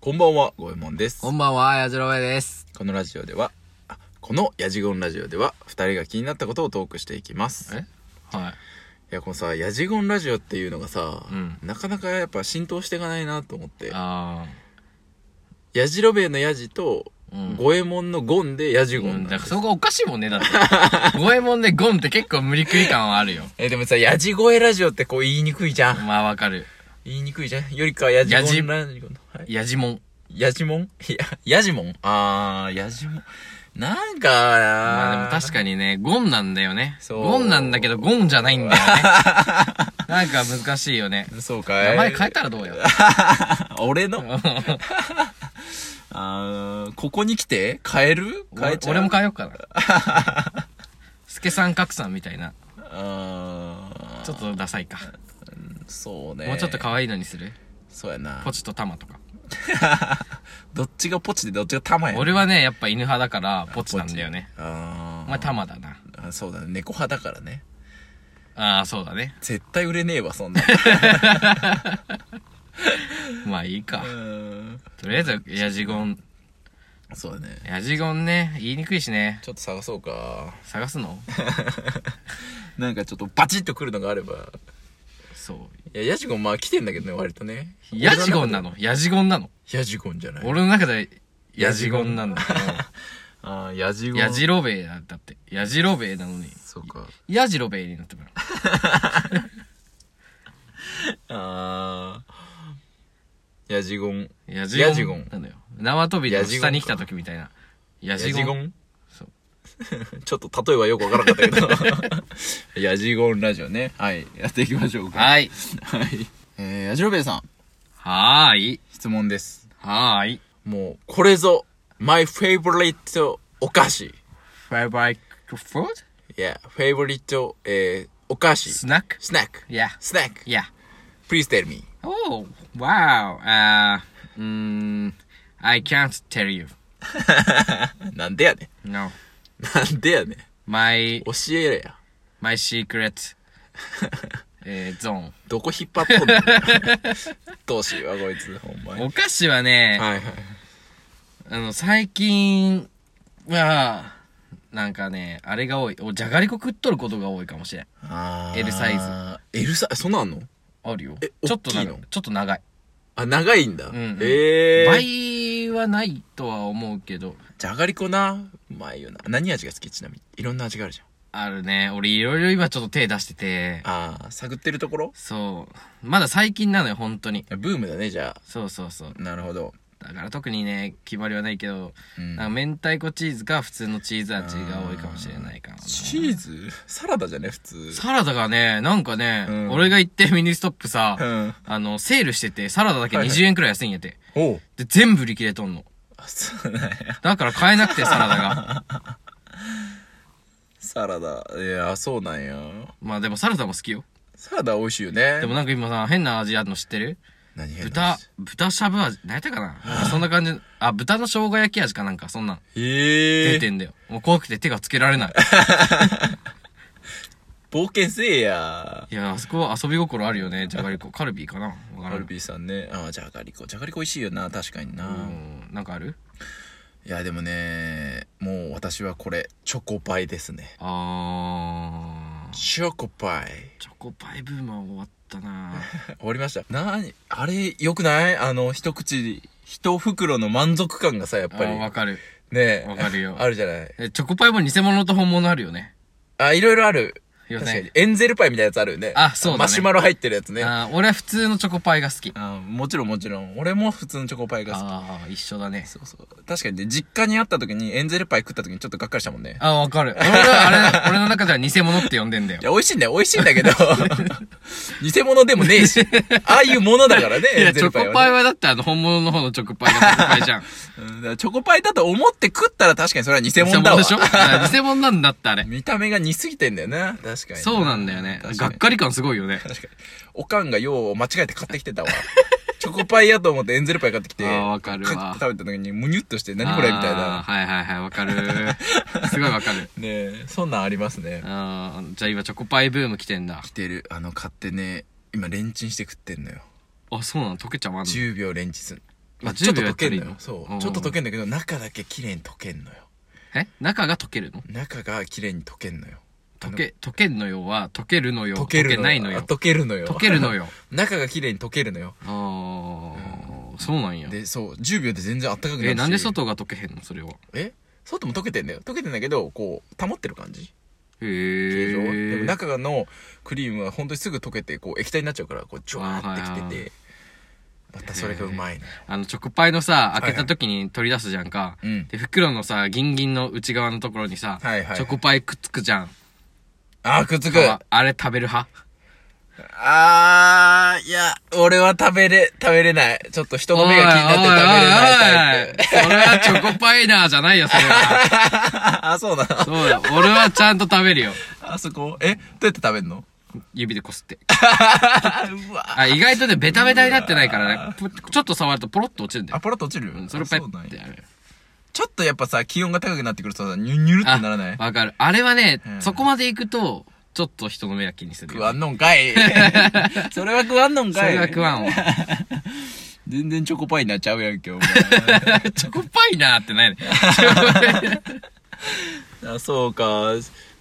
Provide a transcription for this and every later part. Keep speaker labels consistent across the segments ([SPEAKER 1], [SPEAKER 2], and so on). [SPEAKER 1] こんばんは、ごえもんです。
[SPEAKER 2] こんばんは、やじろうえです。
[SPEAKER 1] このラジオでは、あこのヤジゴンラジオでは、二人が気になったことをトークしていきます。い
[SPEAKER 2] はい。
[SPEAKER 1] や、このさ、ヤジゴンラジオっていうのがさ、
[SPEAKER 2] うん
[SPEAKER 1] なかなかやっぱ浸透していかないなと思って、
[SPEAKER 2] あ
[SPEAKER 1] ヤジロベエのヤジと、
[SPEAKER 2] あ。うん。
[SPEAKER 1] ゴエモンのゴンでヤジ
[SPEAKER 2] う
[SPEAKER 1] ゴン
[SPEAKER 2] ん、
[SPEAKER 1] な
[SPEAKER 2] だ
[SPEAKER 1] んで
[SPEAKER 2] から
[SPEAKER 1] す
[SPEAKER 2] そこおかしいもんね、だって。 五右衛門でゴンって結構無理くり感はあるよ。
[SPEAKER 1] え、でもさ、ヤジゴエラジオってこう言いにくいじゃん。
[SPEAKER 2] まあわかる。
[SPEAKER 1] 言いにくいじゃん。よりかはヤジゴ
[SPEAKER 2] ヤジ
[SPEAKER 1] ンラジオの。はい
[SPEAKER 2] やじもん。
[SPEAKER 1] ヤジモンいや、ヤジモンあー、ヤジモン。なんか、
[SPEAKER 2] まあでも確
[SPEAKER 1] か
[SPEAKER 2] かにね、ゴンなんだよね。
[SPEAKER 1] そう
[SPEAKER 2] ゴンなんだけど、ゴンじゃないんだよね。 なんか難しいよね。
[SPEAKER 1] に。そうか
[SPEAKER 2] 名
[SPEAKER 1] い。
[SPEAKER 2] 前変えたらどうよ。
[SPEAKER 1] 俺の あーここに来て変える変えちゃう
[SPEAKER 2] 俺も変えようかな。スケさん、カクさんみたいな。
[SPEAKER 1] あー
[SPEAKER 2] ちょっとダサいか。
[SPEAKER 1] そうね
[SPEAKER 2] もうちょっと可愛いのにする
[SPEAKER 1] そうやな
[SPEAKER 2] ポチとタマとか。
[SPEAKER 1] どっちがポチでどっちが玉やね
[SPEAKER 2] 俺はね、やっぱ犬派だから、ポチなんだよね。
[SPEAKER 1] あ
[SPEAKER 2] お
[SPEAKER 1] ー
[SPEAKER 2] 前タマだな。
[SPEAKER 1] あそうだね猫派だからね
[SPEAKER 2] ああ、そうだね。
[SPEAKER 1] 絶対売れねえわそ んな
[SPEAKER 2] まあいいか
[SPEAKER 1] う。ーん
[SPEAKER 2] とりあえず、ヤジゴン。
[SPEAKER 1] そうだね
[SPEAKER 2] ヤジゴンね、言いにくいしね。
[SPEAKER 1] ちょっと探そうか
[SPEAKER 2] 探すの
[SPEAKER 1] なんかちょっとバチッとくるのがあれば
[SPEAKER 2] そう。
[SPEAKER 1] いやヤジゴンまあ来てんだけどね割とね
[SPEAKER 2] ヤジゴンな
[SPEAKER 1] 俺の中
[SPEAKER 2] のヤジゴンなの
[SPEAKER 1] でヤジゴンじゃない
[SPEAKER 2] 俺の中で、ヤジゴンなんだけ
[SPEAKER 1] あーヤジゴ
[SPEAKER 2] ど。
[SPEAKER 1] ン
[SPEAKER 2] ヤジロベエだって。ヤジロベエなのに。
[SPEAKER 1] そうか
[SPEAKER 2] ヤジロベエになってもらう。
[SPEAKER 1] あーヤジゴン
[SPEAKER 2] ヤ
[SPEAKER 1] ヤジ
[SPEAKER 2] ジ
[SPEAKER 1] ゴ
[SPEAKER 2] ゴ
[SPEAKER 1] ン
[SPEAKER 2] ン。なのよ。縄跳び
[SPEAKER 1] ヤ
[SPEAKER 2] で
[SPEAKER 1] ジゴンか
[SPEAKER 2] 下に来た時みたいな。ヤ
[SPEAKER 1] ヤ
[SPEAKER 2] ジ
[SPEAKER 1] ジ
[SPEAKER 2] ゴン。
[SPEAKER 1] ゴン
[SPEAKER 2] そう
[SPEAKER 1] ちょっと例えはよくわからなかったけど ヤジゴンラジオねはいやっていきましょうか
[SPEAKER 2] はい。
[SPEAKER 1] はいえー、ヤジロベエさん
[SPEAKER 2] はーい。
[SPEAKER 1] 質問です
[SPEAKER 2] はーい。
[SPEAKER 1] もうこれぞマイフェイブリットお菓子い
[SPEAKER 2] ファイバイクフォード
[SPEAKER 1] やフェイブリットえー、お菓子
[SPEAKER 2] ス
[SPEAKER 1] ス
[SPEAKER 2] ナック
[SPEAKER 1] ナック
[SPEAKER 2] Yeah.
[SPEAKER 1] スナック
[SPEAKER 2] Yeah.
[SPEAKER 1] Please tell me
[SPEAKER 2] Oh, wow. Uh, mm, I can't tell you.
[SPEAKER 1] なんでやね
[SPEAKER 2] No.
[SPEAKER 1] んなんでやねん
[SPEAKER 2] My
[SPEAKER 1] 教えれや
[SPEAKER 2] my secret uh, zone.
[SPEAKER 1] どこ引っ張っ とんのどうしようわこいつほんまに
[SPEAKER 2] お菓子はね、
[SPEAKER 1] はいはい
[SPEAKER 2] あの、最近は、なんかね、あれが多い。おじゃがりこ食っとることが多いかもしれん。
[SPEAKER 1] あー
[SPEAKER 2] L サイズ
[SPEAKER 1] L サイズそんなんあんの
[SPEAKER 2] あるよ
[SPEAKER 1] え。
[SPEAKER 2] ちょっと
[SPEAKER 1] 大きい
[SPEAKER 2] 長
[SPEAKER 1] の
[SPEAKER 2] い。ちょっと長い。
[SPEAKER 1] あ長いんだ、
[SPEAKER 2] うんうん
[SPEAKER 1] ええー、
[SPEAKER 2] 倍はないとは思うけど、
[SPEAKER 1] じゃがりこなうまいよな何味が好きちなみにいろんな味があるじ
[SPEAKER 2] あるね。俺いろいろ今ちょっと手出してて
[SPEAKER 1] ゃん、ああ探ってるところ
[SPEAKER 2] そう。まだ最近なのよ、本当に。
[SPEAKER 1] ブームだねじゃ
[SPEAKER 2] そうそうそう。
[SPEAKER 1] あなるほど
[SPEAKER 2] だから特にね決まりはないけど、
[SPEAKER 1] うん
[SPEAKER 2] なんか明太子チーズか普通のチーズ味が多いかもしれないかな
[SPEAKER 1] チーズサラダじゃね普通
[SPEAKER 2] サラダがねなんかね、
[SPEAKER 1] うん
[SPEAKER 2] 俺が行ってミニストップさ、
[SPEAKER 1] うん
[SPEAKER 2] あのセールしててサラダだけ
[SPEAKER 1] はいはい
[SPEAKER 2] 20円くらい安いんやて、
[SPEAKER 1] おう
[SPEAKER 2] で全部売り切れとんの
[SPEAKER 1] あそうなんや
[SPEAKER 2] だから買えなくてサラダが
[SPEAKER 1] サラダいやそうなんや
[SPEAKER 2] まあでもサラダも好きよ
[SPEAKER 1] サラダ美味しいよね
[SPEAKER 2] でもなんか今さ変な味あるの知ってる
[SPEAKER 1] 何変な
[SPEAKER 2] 豚
[SPEAKER 1] 話
[SPEAKER 2] 豚しゃぶ味何やったかな なんかそんな感じあ豚の生姜焼き味かなんかそんなん
[SPEAKER 1] ええ
[SPEAKER 2] 出てんだよもう怖くて手がつけられない
[SPEAKER 1] 冒険せえや
[SPEAKER 2] いやあそこは遊び心あるよねじゃがりこカルビーかなわから
[SPEAKER 1] カ
[SPEAKER 2] ん
[SPEAKER 1] ルビーさんねあーじゃがりこじゃがりこ美味しいよな確かにな、
[SPEAKER 2] うん、なんかある
[SPEAKER 1] いやでもねもう私はこれチョコパイですね
[SPEAKER 2] あ ー
[SPEAKER 1] チョコパイ
[SPEAKER 2] チョコパイブームは終わったな
[SPEAKER 1] 終わりました。なに、あれ、良くないあの、一口、一袋の満足感がさ、やっ
[SPEAKER 2] あ
[SPEAKER 1] ぱり。
[SPEAKER 2] ー
[SPEAKER 1] ね
[SPEAKER 2] わかる
[SPEAKER 1] え。
[SPEAKER 2] わかるよ
[SPEAKER 1] あるじゃない。
[SPEAKER 2] えチョコパイも偽物と本物あるよね
[SPEAKER 1] あ、いろいろある。
[SPEAKER 2] よ
[SPEAKER 1] 確かに
[SPEAKER 2] ね。
[SPEAKER 1] エンゼルパイみたいなやつあるよね。
[SPEAKER 2] あそうだね
[SPEAKER 1] マシュマロ入ってるやつね。あ
[SPEAKER 2] あー俺は普通のチョコパイが好き
[SPEAKER 1] もちろんもちろん。俺も普通のチョコパイが好き。
[SPEAKER 2] ああ一緒だね
[SPEAKER 1] そうそう。確かにね、実家にあった時にエンゼルパイ食った時にちょっとがっかりしたもんね。
[SPEAKER 2] あーわかる俺はあれ 俺の中では偽物って呼んでんだよ
[SPEAKER 1] いや、美味しいんだよ。美味しいんだ けど。偽物でもねえし。ああいうものだからね、
[SPEAKER 2] い
[SPEAKER 1] エン
[SPEAKER 2] や
[SPEAKER 1] ゼ
[SPEAKER 2] チョ
[SPEAKER 1] ルパイ
[SPEAKER 2] コパイ
[SPEAKER 1] はね。
[SPEAKER 2] はだってあの本物の方のチョコパイがチョコパイじゃん
[SPEAKER 1] うんだからチョコパイだと思って食ったら確かにそれは 偽物だわ。
[SPEAKER 2] でしょだから偽物なんだってあれ
[SPEAKER 1] 見た目が似すぎてんだよな。確かにな。
[SPEAKER 2] そうなんだよね
[SPEAKER 1] 確
[SPEAKER 2] が
[SPEAKER 1] か
[SPEAKER 2] っ
[SPEAKER 1] に。
[SPEAKER 2] かり感すごいよね
[SPEAKER 1] 確かに。おかんがよう間違えて買ってきてたわ。 チョコパイやと思ってエンゼルパイ買ってきて。
[SPEAKER 2] あーわかるわ
[SPEAKER 1] か食べた時にムニュっとして何これみたい
[SPEAKER 2] あー
[SPEAKER 1] な。
[SPEAKER 2] はいはいはいわか るすごいわかる
[SPEAKER 1] ねえ、そんなんありますね。
[SPEAKER 2] あーじゃあ今チョコパイブーム来てんだ
[SPEAKER 1] 来。てる。あの、買ってね、今レンチンして食ってんのよ。
[SPEAKER 2] あ、そうなの溶けちゃわんの
[SPEAKER 1] 10秒レンチンする。まあ、ちょ
[SPEAKER 2] 10
[SPEAKER 1] っと
[SPEAKER 2] 秒や
[SPEAKER 1] 溶
[SPEAKER 2] った
[SPEAKER 1] け
[SPEAKER 2] ら
[SPEAKER 1] ん
[SPEAKER 2] いい
[SPEAKER 1] の
[SPEAKER 2] の
[SPEAKER 1] よそ
[SPEAKER 2] うん
[SPEAKER 1] うちょっと溶けんだけど中だけ綺麗に溶けんのよ
[SPEAKER 2] え中が溶けるの
[SPEAKER 1] 中が綺麗に溶けんのよ
[SPEAKER 2] 溶け、溶けんのよは、溶けるのよ。
[SPEAKER 1] 溶けるのよ
[SPEAKER 2] ないの
[SPEAKER 1] あ
[SPEAKER 2] よ。
[SPEAKER 1] 溶けるのよ
[SPEAKER 2] 溶けるの よ。
[SPEAKER 1] 中が綺麗に溶けるのよ
[SPEAKER 2] あー、そうなんや。
[SPEAKER 1] でそう10秒で全然あったかくなるし
[SPEAKER 2] え、なんで外が溶けへんのそれは。
[SPEAKER 1] え外も溶けてんだよ溶けてんだけどこう保ってる感じ
[SPEAKER 2] へ
[SPEAKER 1] 形状でも
[SPEAKER 2] ー。
[SPEAKER 1] 中のクリームは本当にすぐ溶けてこう液体になっちゃうからこうジュワーってき
[SPEAKER 2] あーはい
[SPEAKER 1] て
[SPEAKER 2] は
[SPEAKER 1] てまたそれがうまいのよ
[SPEAKER 2] あの、チョコパイのさ、
[SPEAKER 1] いは
[SPEAKER 2] 開
[SPEAKER 1] い
[SPEAKER 2] けた時に取り出すじゃんか。
[SPEAKER 1] うん
[SPEAKER 2] で、袋のさ、ギンギンの内側のところにさ、
[SPEAKER 1] はいはいはい
[SPEAKER 2] チョコパイくっつくじゃん。
[SPEAKER 1] あーくっつく
[SPEAKER 2] ああれ食べる派
[SPEAKER 1] あーいや俺は食べれ食べれないちょっと人の目が気になって食べれないタイプ
[SPEAKER 2] おいおいおいそれはチョコパイナーじゃないよ、それ は。
[SPEAKER 1] あそうな の
[SPEAKER 2] そうだ、俺はちゃんと食べるよ。
[SPEAKER 1] あそこえどうやって食べんの
[SPEAKER 2] 指でこ すって。
[SPEAKER 1] あうわ
[SPEAKER 2] あ、意外とね、ベタベタになってないからね。ぷちょっと触るとポロッと落ちるんだ
[SPEAKER 1] あ
[SPEAKER 2] よ。
[SPEAKER 1] ポロッと落ちる、
[SPEAKER 2] うん、それを
[SPEAKER 1] あ
[SPEAKER 2] ペ
[SPEAKER 1] うなん
[SPEAKER 2] ッ
[SPEAKER 1] や
[SPEAKER 2] てやる。
[SPEAKER 1] ちょっとやっぱさ気温が高くなってくるとさニュニュルってならない
[SPEAKER 2] あわかる。あれはね、
[SPEAKER 1] うん
[SPEAKER 2] そこまで行くと、ちょっと人の目は気にする
[SPEAKER 1] 食
[SPEAKER 2] よ。
[SPEAKER 1] わんのんか いそれは食わんのん
[SPEAKER 2] そ
[SPEAKER 1] かい
[SPEAKER 2] れは食わんわ。
[SPEAKER 1] 全然チョコパイになっちゃうやんけ お前
[SPEAKER 2] チョコパイナーってないね。
[SPEAKER 1] あそうか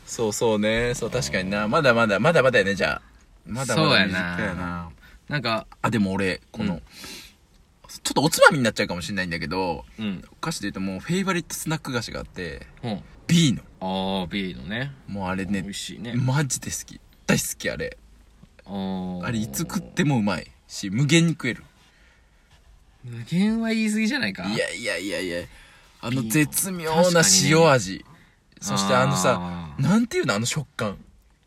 [SPEAKER 1] そうそうねそう確かになまだまだまだまだやねじゃあまだま
[SPEAKER 2] そう
[SPEAKER 1] だ
[SPEAKER 2] や
[SPEAKER 1] 未熟やな
[SPEAKER 2] な。なんか、
[SPEAKER 1] あでも俺この、ちょっとおつまみになっちゃうかもしれないんだけど
[SPEAKER 2] うん。
[SPEAKER 1] お菓子で言うともうフェイバリットスナック菓子があって
[SPEAKER 2] うん。
[SPEAKER 1] B の
[SPEAKER 2] あー、B のね。
[SPEAKER 1] もうあれ
[SPEAKER 2] 美
[SPEAKER 1] ね
[SPEAKER 2] 味しいね。
[SPEAKER 1] マジで好き大好きあれ
[SPEAKER 2] あ
[SPEAKER 1] あれいつ食
[SPEAKER 2] く
[SPEAKER 1] ってもうまいし無限に食える
[SPEAKER 2] 無限は言い過ぎじゃないか
[SPEAKER 1] いやいやいやいやあ
[SPEAKER 2] い
[SPEAKER 1] の
[SPEAKER 2] いよ
[SPEAKER 1] 絶妙
[SPEAKER 2] 確か
[SPEAKER 1] な
[SPEAKER 2] にね
[SPEAKER 1] 塩味、そしてあのさ
[SPEAKER 2] あー
[SPEAKER 1] なんていうのあの食感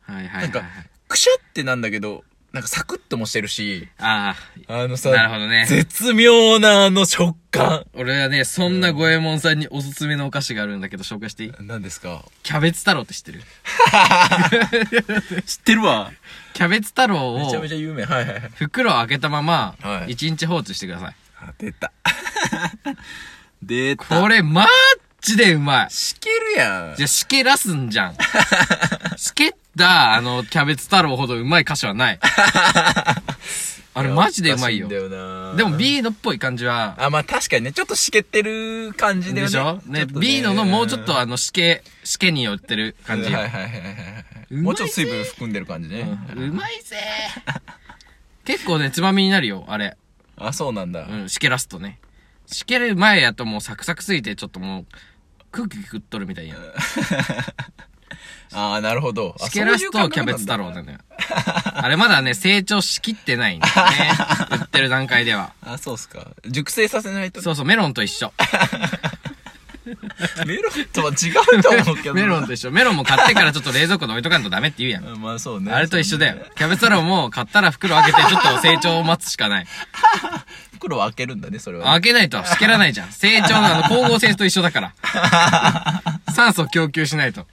[SPEAKER 2] はいはいはいはい
[SPEAKER 1] なんかくしゃってなんだけどなんかサクッともしてるし
[SPEAKER 2] あ
[SPEAKER 1] あの
[SPEAKER 2] あ
[SPEAKER 1] さ
[SPEAKER 2] なるほどね
[SPEAKER 1] 絶妙なあの食感
[SPEAKER 2] 俺はねそんな五右衛門さんにおすすめのお菓子があるんだけど紹介していい
[SPEAKER 1] 何ですか
[SPEAKER 2] キャベツ太郎って知ってる
[SPEAKER 1] 知ってるわ
[SPEAKER 2] キャベツ太郎
[SPEAKER 1] め
[SPEAKER 2] を
[SPEAKER 1] ちゃめちゃ有名はいはいはい
[SPEAKER 2] 袋を開けたまま
[SPEAKER 1] はい
[SPEAKER 2] 一日放置してください
[SPEAKER 1] あ出 た出た
[SPEAKER 2] これマッチでうまい
[SPEAKER 1] しけるやん
[SPEAKER 2] じゃあしけらすん じゃんしけったあのキャベツ太郎ほどうまい歌詞はないあれマジでうまいよ
[SPEAKER 1] おかしんだよな
[SPEAKER 2] でも B のっぽい感じは
[SPEAKER 1] あまあ確かにねちょっとしけってる感じだよ
[SPEAKER 2] で
[SPEAKER 1] ね
[SPEAKER 2] しょね
[SPEAKER 1] ちょっと
[SPEAKER 2] ビーノのもうちょっとあの、しけ、しけに寄ってる感じ。
[SPEAKER 1] はいはいはいはいは
[SPEAKER 2] う
[SPEAKER 1] い
[SPEAKER 2] まいぜ
[SPEAKER 1] もうちょっと水分含んでる感じね、
[SPEAKER 2] うまいぜ結構ね、つまみになるよ、あれ。
[SPEAKER 1] あそうなんだ、
[SPEAKER 2] うん、しけらすとね。しける前やともうサクサクすぎて、ちょっともう、空気食っとるみたいやん。
[SPEAKER 1] ああなるほどあ
[SPEAKER 2] しけらす
[SPEAKER 1] そういう
[SPEAKER 2] と
[SPEAKER 1] 感
[SPEAKER 2] キャ
[SPEAKER 1] 覚
[SPEAKER 2] ベ
[SPEAKER 1] な
[SPEAKER 2] ツ
[SPEAKER 1] ん
[SPEAKER 2] 太
[SPEAKER 1] だ
[SPEAKER 2] 郎なのよ。あれまだね、成長しきってないんだよね。売ってる段階 では。
[SPEAKER 1] あそうっすか熟成させないと
[SPEAKER 2] そうそう、メロンと一緒。
[SPEAKER 1] メロンとは違うと思うけど
[SPEAKER 2] メロンと一緒。メロンも買ってからちょっと冷蔵庫で置いとかんとダメって言う やん。
[SPEAKER 1] うんまあそうね
[SPEAKER 2] あれと一緒だよ。キャベツ太郎も買ったら袋開けてちょっと成長を待つしかない。
[SPEAKER 1] 袋を開けるんだねそれはね
[SPEAKER 2] 開けないとしけらないじゃん。成 長のあの光合成と一緒だから。酸素供給しないと。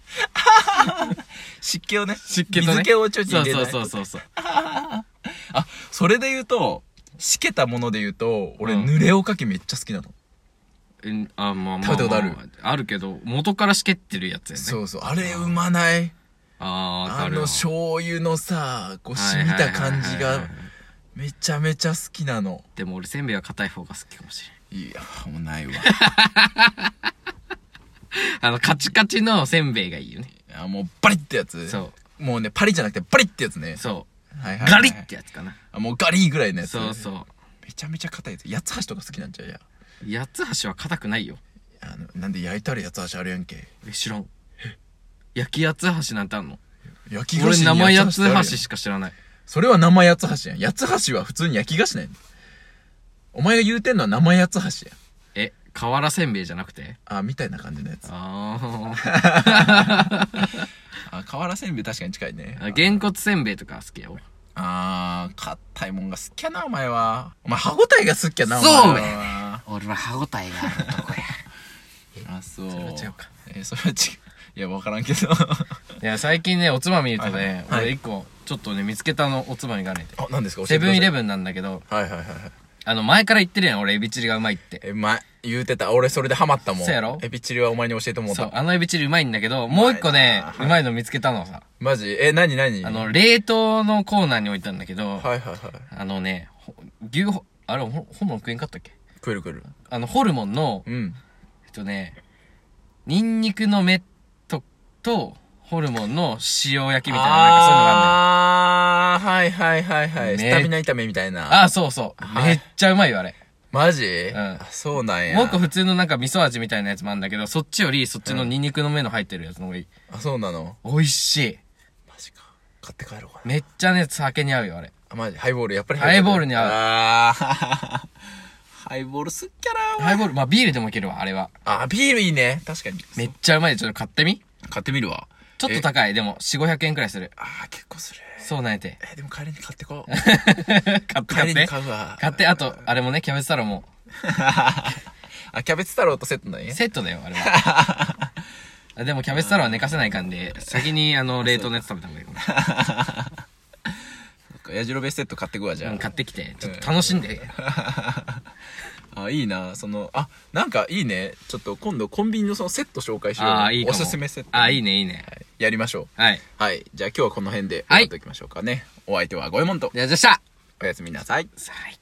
[SPEAKER 1] 湿気をね
[SPEAKER 2] 湿気とね。
[SPEAKER 1] 水気をちょいちょい入れ
[SPEAKER 2] そ
[SPEAKER 1] な
[SPEAKER 2] う
[SPEAKER 1] い
[SPEAKER 2] そう
[SPEAKER 1] と
[SPEAKER 2] そうそう。
[SPEAKER 1] あそれで言うとしけたもので言うと俺、
[SPEAKER 2] うん
[SPEAKER 1] 濡れおかきめっちゃ好きなの
[SPEAKER 2] うんあ、まあまあ、まあ。
[SPEAKER 1] 食べたことある
[SPEAKER 2] あるけど、元からしけってるやつやね。
[SPEAKER 1] そうそうあれうまない
[SPEAKER 2] あー、わ
[SPEAKER 1] あ
[SPEAKER 2] かるわ。
[SPEAKER 1] の醤油のさこう染みた感じ
[SPEAKER 2] はいはいはい
[SPEAKER 1] が
[SPEAKER 2] はい
[SPEAKER 1] めちゃめちゃ好きなの
[SPEAKER 2] でも俺せんべいは硬い方が好きかもし
[SPEAKER 1] いやもうないわ
[SPEAKER 2] れん。あの、カチカチのせんべいがいいよね。
[SPEAKER 1] あもうバリってやつ
[SPEAKER 2] そ
[SPEAKER 1] もうねパリじゃなくてバリってやつね
[SPEAKER 2] う。そ
[SPEAKER 1] はいはいは
[SPEAKER 2] う。
[SPEAKER 1] い
[SPEAKER 2] ガリってやつかな。
[SPEAKER 1] あもうガリぐらいのやつ
[SPEAKER 2] そうそ
[SPEAKER 1] めちゃめちゃ硬いやつ八つ橋とか好きなんちゃうや
[SPEAKER 2] う。八つ橋は硬くないよ。
[SPEAKER 1] あのなんで焼いたら八つ橋あるやんけ
[SPEAKER 2] え、知らん。焼き八つ橋なんてあんの
[SPEAKER 1] 焼き菓
[SPEAKER 2] 俺
[SPEAKER 1] 子に
[SPEAKER 2] 生八
[SPEAKER 1] 八つ橋ってある
[SPEAKER 2] つ
[SPEAKER 1] や
[SPEAKER 2] 橋
[SPEAKER 1] ん
[SPEAKER 2] しか知らない。
[SPEAKER 1] それは生八つ橋やん八つ橋は普通に焼き菓子なんやお前が言うてんのは生八つ橋や
[SPEAKER 2] え、瓦せんべいじゃなくて
[SPEAKER 1] あみたいな感じのやつ
[SPEAKER 2] あ
[SPEAKER 1] あ瓦せんべい確かに近いね
[SPEAKER 2] あ。げんこつせんべいとか好きよ。
[SPEAKER 1] あー硬いもんが好きやなお前はお前歯ごたえが好きやなお
[SPEAKER 2] そう
[SPEAKER 1] 前は
[SPEAKER 2] 俺は歯応えがあるとこや。
[SPEAKER 1] あそう
[SPEAKER 2] それは違うか
[SPEAKER 1] えーそれは違ういや分からんけど
[SPEAKER 2] いや、最近ね、おつまみ言うとね、
[SPEAKER 1] はいはい
[SPEAKER 2] 俺一個、ちょっとね、見つけたのおつまみがあるんで。
[SPEAKER 1] あ何ですか
[SPEAKER 2] セブンイレ
[SPEAKER 1] ン
[SPEAKER 2] ブンなんだけど、
[SPEAKER 1] はいはいはいはい
[SPEAKER 2] あの、前から言ってるやん、俺、エビチリがうまいって。
[SPEAKER 1] え前言うてた俺それでハマったもん
[SPEAKER 2] そうやろ
[SPEAKER 1] エビチリはお前に教えてもらっ
[SPEAKER 2] そう、
[SPEAKER 1] た
[SPEAKER 2] あのエビチリうまいんだけど、もう一個ね
[SPEAKER 1] うまいな、
[SPEAKER 2] うまいの見つけたのさ。
[SPEAKER 1] マジえ何何
[SPEAKER 2] あの、冷凍のコーナーに置いたんだけ
[SPEAKER 1] は
[SPEAKER 2] ど、
[SPEAKER 1] いはいはい
[SPEAKER 2] あのね、ほ牛ほ、あれ、ほ、ほんの食えんかったっけ
[SPEAKER 1] 食える食える。
[SPEAKER 2] あの、ホルモンの、
[SPEAKER 1] うん。
[SPEAKER 2] えっとね、ニンニクの芽と、と、ホルモンの塩焼きみたいな、なんかそういうのがあんのよ。
[SPEAKER 1] あー、はいはいはいはい。ス
[SPEAKER 2] め
[SPEAKER 1] タミナ炒めみたいな。
[SPEAKER 2] ああ、そうそう。
[SPEAKER 1] はい
[SPEAKER 2] めっちゃうまいよ、あれ。
[SPEAKER 1] マジ
[SPEAKER 2] ん
[SPEAKER 1] あそうなんや。
[SPEAKER 2] もう一個普通のなんか味噌味みたいなやつもあるんだけど、そっちよりそっちのニンニクの芽の入ってるやつの方がいい。
[SPEAKER 1] あ、そうなの
[SPEAKER 2] 美味しい。
[SPEAKER 1] マジか。買って帰ろうかな。
[SPEAKER 2] めっちゃね、酒に合うよ、あれ。
[SPEAKER 1] あ、マジハイボール、やっぱり
[SPEAKER 2] ハイボールに合う
[SPEAKER 1] あー ハイボールすっきゃなお前
[SPEAKER 2] ハイボール、まあビールでもいけるわ、あれは。
[SPEAKER 1] あ、ビールいいね。確かに。
[SPEAKER 2] めっちゃうまいで、ちょっと買ってみ
[SPEAKER 1] 買ってみるわ。
[SPEAKER 2] ちょっと高い。でも、4、500円くらいする。
[SPEAKER 1] あー、結構する。
[SPEAKER 2] そうなんやて。
[SPEAKER 1] え、でも帰りに買ってこう。
[SPEAKER 2] 買って
[SPEAKER 1] 帰
[SPEAKER 2] 買
[SPEAKER 1] りに
[SPEAKER 2] って。
[SPEAKER 1] 買うわ。
[SPEAKER 2] 買って、あと、あれもね、キャベツ太郎も。
[SPEAKER 1] あ、キャベツ太郎とセットなんや。
[SPEAKER 2] セットだよ、あれは。 あでも、キャベツ太郎は寝かせないかんで、先に、あの、冷凍のやつ食べた方がいいかな
[SPEAKER 1] やじろべえセット買ってくわ、じゃ
[SPEAKER 2] うん
[SPEAKER 1] あ。
[SPEAKER 2] 買ってきて、ちょっと楽しんで。
[SPEAKER 1] あ、いいな。その、あ、なんかいいね。ちょっと今度コンビニのそのセット紹介しようよ。
[SPEAKER 2] ああ、いいかも。
[SPEAKER 1] おすすめセット。
[SPEAKER 2] ああ、いいね、いいね。
[SPEAKER 1] はい。やりましょう。
[SPEAKER 2] はい。
[SPEAKER 1] はい。じゃあ今日はこの辺で終
[SPEAKER 2] は
[SPEAKER 1] わ
[SPEAKER 2] い
[SPEAKER 1] っておきましょうかね。お相手はゴエモンと。
[SPEAKER 2] じゃあ、じゃあ、
[SPEAKER 1] おやすみなさい。
[SPEAKER 2] 最高。